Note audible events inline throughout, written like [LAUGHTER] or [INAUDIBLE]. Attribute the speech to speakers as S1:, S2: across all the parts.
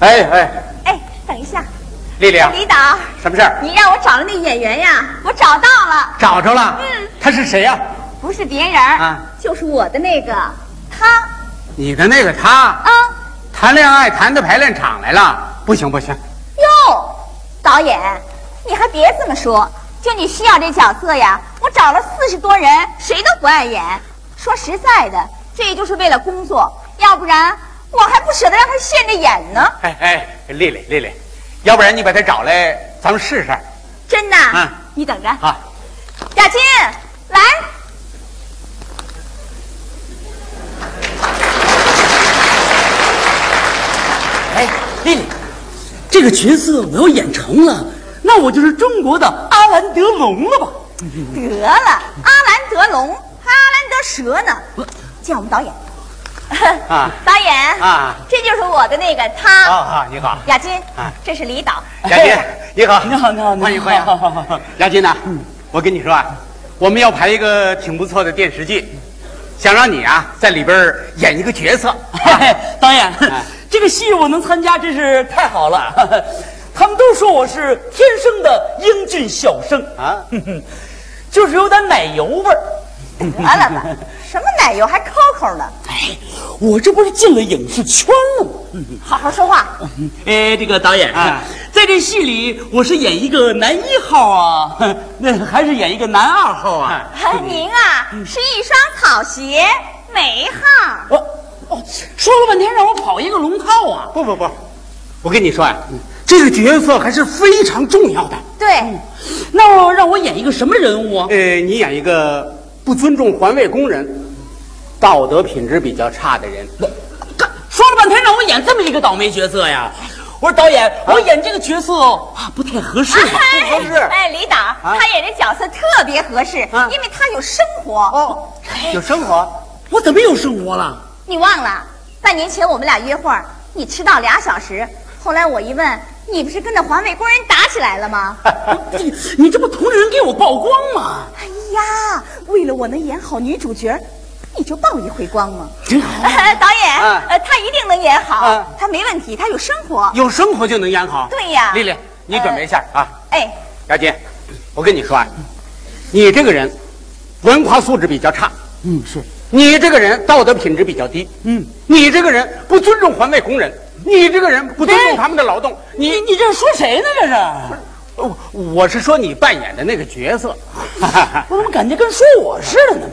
S1: 哎哎，
S2: 哎，等一下，
S1: 丽丽啊，
S2: 李导，
S1: 什么事儿？
S2: 你让我找的那演员呀，我找到了，
S1: 找着了？
S2: 嗯
S1: 他是谁呀、
S2: 不是别人儿
S1: 啊，
S2: 就是我的那个他
S1: 你的那个他，
S2: 啊
S1: 谈恋爱谈到排练场来了？不行不行，
S2: 哟，导演，你还别这么说，就你需要这角色呀，我找了四十多人，谁都不爱演。说实在的，这就是为了工作，要不然我还不舍得让他现着演呢。
S1: 哎哎，丽丽丽丽，要不然你把他找来，咱们试试啊
S2: 真的，
S1: 嗯
S2: 你等着，
S1: 啊。
S2: 雅琴，来，
S3: 哎，丽丽，这个角色我要演成了，那我就是中国的阿兰德龙了吧？
S2: 得了，阿兰德龙，还阿兰德蛇呢，见我们导演。
S1: 啊
S2: [LAUGHS] 导演
S1: 啊，
S2: 这就是我的那个他，
S1: 啊啊，你好，
S2: 雅金
S1: 啊，
S2: 这是李
S1: [LAUGHS]
S2: 导。
S1: 雅金，你好，嗯
S3: 你好你好你好
S1: 欢迎欢迎，
S3: 好好好好
S1: 雅金呐、我跟你说啊，我们要排一个挺不错的电视剧，想让你啊在里边儿演一个角色。啊
S3: 哎导演，这个戏我能参加真是太好了。 [LAUGHS] 他们都说我是天生的英俊小生
S1: 啊，
S3: [LAUGHS] 就是有点奶油味儿。
S1: 嗯
S2: 得了吧，什么奶油还 Coco 呢？
S3: 哎，我这不是进了影视圈了吗？
S1: 嗯
S2: 好好说
S1: [LAUGHS]
S2: 话。
S3: 哎，这个导演
S1: 啊，
S3: 在这戏里我是演一个男一号啊， [LAUGHS] 那还是演一个男二号啊？
S2: 您啊，
S1: 嗯
S2: 是一双草鞋，没号。
S3: 我哦，说了半天让我跑一个龙套啊！
S1: 不不不，我跟你说啊，这个角色还是非常重要的。
S2: 对，
S3: 那让我演一个什么人物啊？
S1: 呃，你演一个不尊重环卫工人、道德品质比较差的人。
S3: 干说了半天让我演这么一个倒霉角色呀！我说导演，我演这个角色哦啊不太合适吧？
S2: 哎
S1: [LAUGHS] 不合适
S2: 哎，李导，他演这角色特别合适，
S1: 啊
S2: 因为他有生活。哎
S1: 哦，有生活。 [LAUGHS]
S3: 我怎么有生活了？
S2: 你忘了，半年前我们俩约会儿，你迟到俩小时，后来我一问，你不是跟那环卫工人打起来了
S1: [LAUGHS]
S2: 吗？
S3: 你你这不同人给我曝光吗？
S2: 哎呀，为了我能演好女主角，你就曝一回光
S1: [LAUGHS]
S2: 嘛。
S1: 嗯
S3: 真好，
S2: [LAUGHS] 导演，
S1: 啊
S2: 呃，他一定能演好，
S1: 啊
S2: 他没问题，他有生活。
S1: 有生活就能演好。
S2: 对啊呀
S1: 丽丽，你准备一下、啊，
S2: 哎，
S1: 雅姐，我跟你说啊，你这个人文化素质比较差，
S3: 嗯是，
S1: 你这个人道德品质比较低，
S3: 嗯，
S1: 你这个人不尊重环卫工人，你这个人不尊重他们的劳动，你
S3: 你你这是说谁呢？这是
S1: 我我是说你扮演的那个角色， [LAUGHS]
S3: 我怎么感觉跟说我似的呢？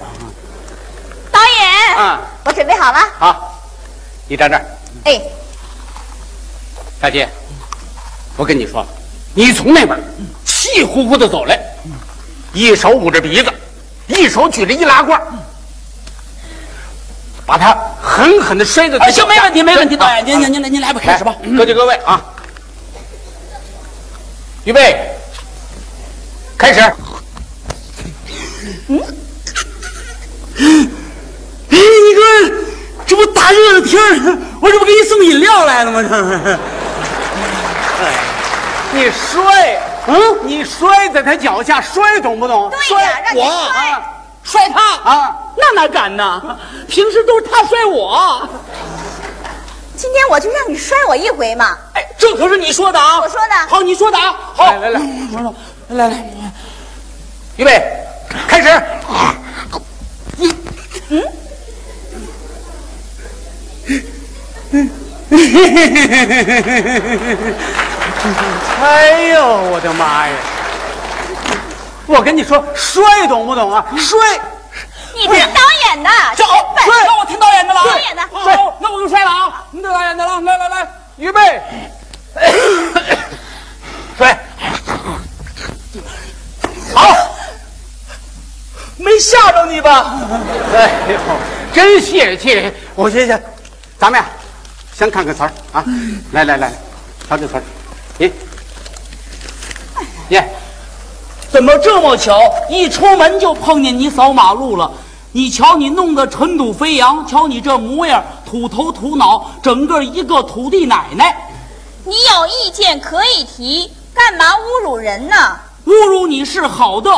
S2: 导演，
S1: 啊
S2: 我准备好了。
S1: 好，你站这儿，
S2: 哎，
S1: 大姐，我跟你说，你从那边气呼呼的走来，一手捂着鼻子，一手举着易拉罐，把他狠狠的摔在
S3: 啊
S1: 地
S3: 行，没问题没问题，导
S1: 啊
S3: 演您您您来您来吧，开始吧。嗯
S1: 来各就各位啊，预备，开始。
S3: 嗯哎，你哥，这不大热的天儿，我这不给你送饮料来了吗？这是。
S1: 你摔，
S3: 嗯，
S1: 你摔在他脚下，摔懂不懂？
S2: 对呀，让你
S3: 我
S2: 摔。
S1: 啊
S3: 摔他
S1: 啊！
S3: 那哪敢呢？平时都是他摔我。
S2: 今天我就让你摔我一回嘛。
S3: 哎，这可是你说的啊！
S2: 我说的
S3: 好，你说的啊！好，
S1: 来来来，
S3: 我说，来来，
S1: 预备，开始。嗯 [LAUGHS] 哎呦，我的妈呀！我跟你说，摔懂不懂啊？摔，
S2: 你听
S1: 嗯
S2: 导演的，
S3: 这好，
S2: 真笨
S3: 摔，那我听导演的了啊。
S2: 导演的
S3: 好，那我就摔了啊！你听导演的了，来来来，
S1: 预备，摔，好，
S3: 没吓着你吧？
S1: 哎呦，真谢谢，我谢谢。咱们呀，先看看词儿啊，来来来，瞧这词儿，你，耶、
S3: 怎么这么巧？一出门就碰见你扫马路了。你瞧你弄得尘土飞扬，瞧你这模样，土头土脑，整个一个土地奶奶。
S2: 你有意见可以提，干嘛侮辱人呢？
S3: 侮辱你是好的，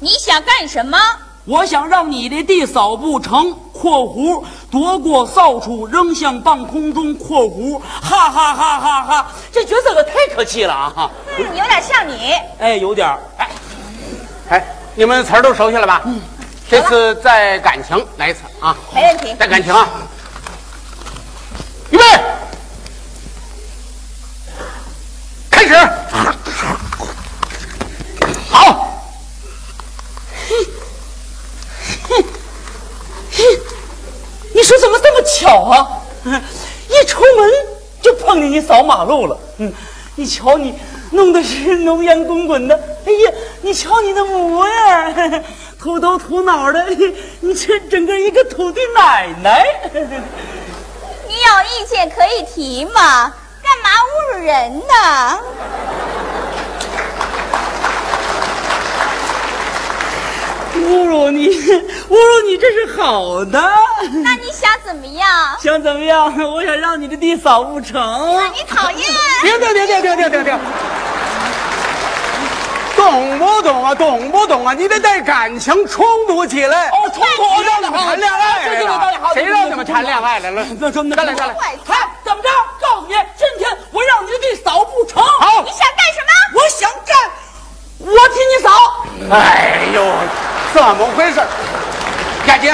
S2: 你想干什么？
S3: 我想让你这地扫不成， （括弧夺过扫帚扔向半空中）（括弧哈哈哈哈哈）这角色可太可气了啊！
S2: 嗯，有点像你。
S3: 哎，有点儿哎，
S1: 哎，你们词儿都熟悉了吧？嗯，这次再感情来一次啊，
S2: 没问题。
S1: 再感情啊！预备，开始。好，
S3: 你说怎么这么巧啊？ [LAUGHS] 一出门就碰见你扫马路了。嗯，你瞧你弄的是浓烟滚滚的，哎呀，你瞧你那模样 [LAUGHS] 儿，土头土脑的， [LAUGHS] 你这整个一个土地奶奶。 [LAUGHS]
S2: 你有意见可以提嘛，干嘛侮辱人呢？
S3: 侮辱你， [LAUGHS] 侮辱你，这是好的。
S2: 那你想怎么样？
S3: 想怎么样？我想让你的地扫不成。
S2: 那你讨厌？
S1: 停停停停停停停停。懂不懂啊？懂不懂啊？你得带感情冲突起来。
S3: 哦，冲突
S1: 谁让你们谈恋爱来了？谁让你们谈恋爱来了？
S3: 啊这这么的，
S1: 再来再来
S2: 坏
S3: 哎，怎么着？告诉你，今天我让你的地扫不成。
S1: 好
S2: 你想干什么？
S3: 我想干，我替你扫。
S1: 哎呦，怎么回事？雅琴，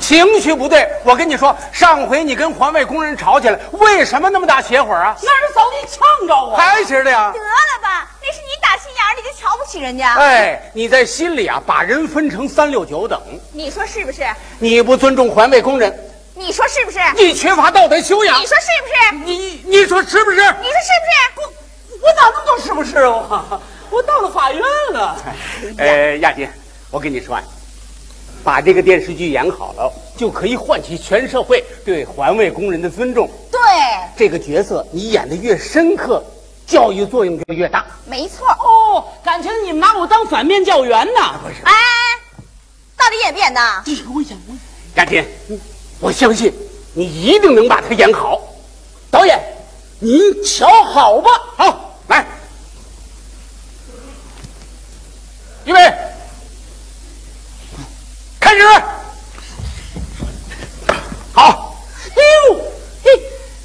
S1: 情绪不对。我跟你说，上回你跟环卫工人吵起来，为什么那么大邪火啊？
S3: 那是扫地呛着我。
S1: 还是的呀
S2: 得。了吧，那是你打心眼儿里就瞧不起人
S3: 啊
S2: 家。
S1: 哎，你在心里啊，把人分成三六九等，
S2: 你说是不是？
S1: 你不尊重环卫工人，
S2: 你说是不是？
S1: 你缺乏道德修养
S2: 你，说是不是？
S1: 你你说是不
S2: 你
S1: 是？
S2: 说是不是？
S3: 我咋那么多是不是啊？我我到了法院了。
S1: 呃，亚琴，我跟你说啊，把这个电视剧演好了，就可以唤起全社会对环卫工人的尊重。
S2: 对，
S1: 这个角色你演的越深刻，教育作用就越大。
S2: 没错。
S3: 哦，感情你们拿我当反面教员呢？不是，
S2: 哎，到底演不演呢？
S3: 我演我演。
S1: 雅琴，我相信你一定能把它演好。导演，您瞧好吧。好，来，预备，开始。好，
S3: 哎呦，嘿，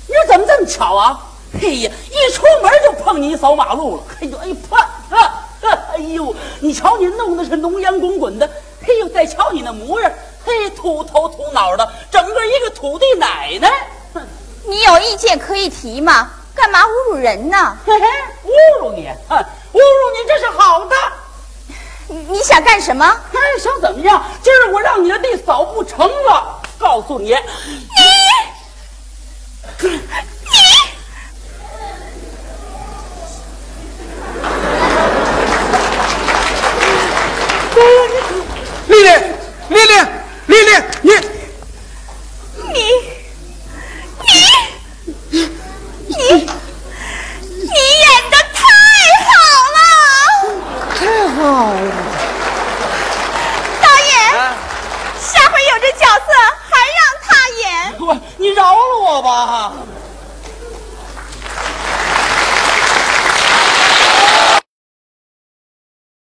S3: 你说怎么这么巧啊？嘿呀，一出门就碰见你扫马路了。哎呦，哎呦，啪啊！哎呦，你瞧你弄的是浓烟滚滚的，哎呦，再瞧你那模样，嘿，秃头秃脑的，整个一个土地奶奶。哼
S2: 你有意见可以提嘛，干嘛侮辱人呢？
S3: 嘿嘿，侮辱你，哼侮辱你，这是好的。
S2: 你你想干什么？
S3: 哎，想怎么样？今儿我让你的地扫不成了，告诉你，
S1: 丽丽，丽丽，丽丽，你
S2: 你，你，你，你演的太好了！
S3: 太好了。
S2: 导演，下回有这角色还让他演。
S3: 我，你饶了我吧！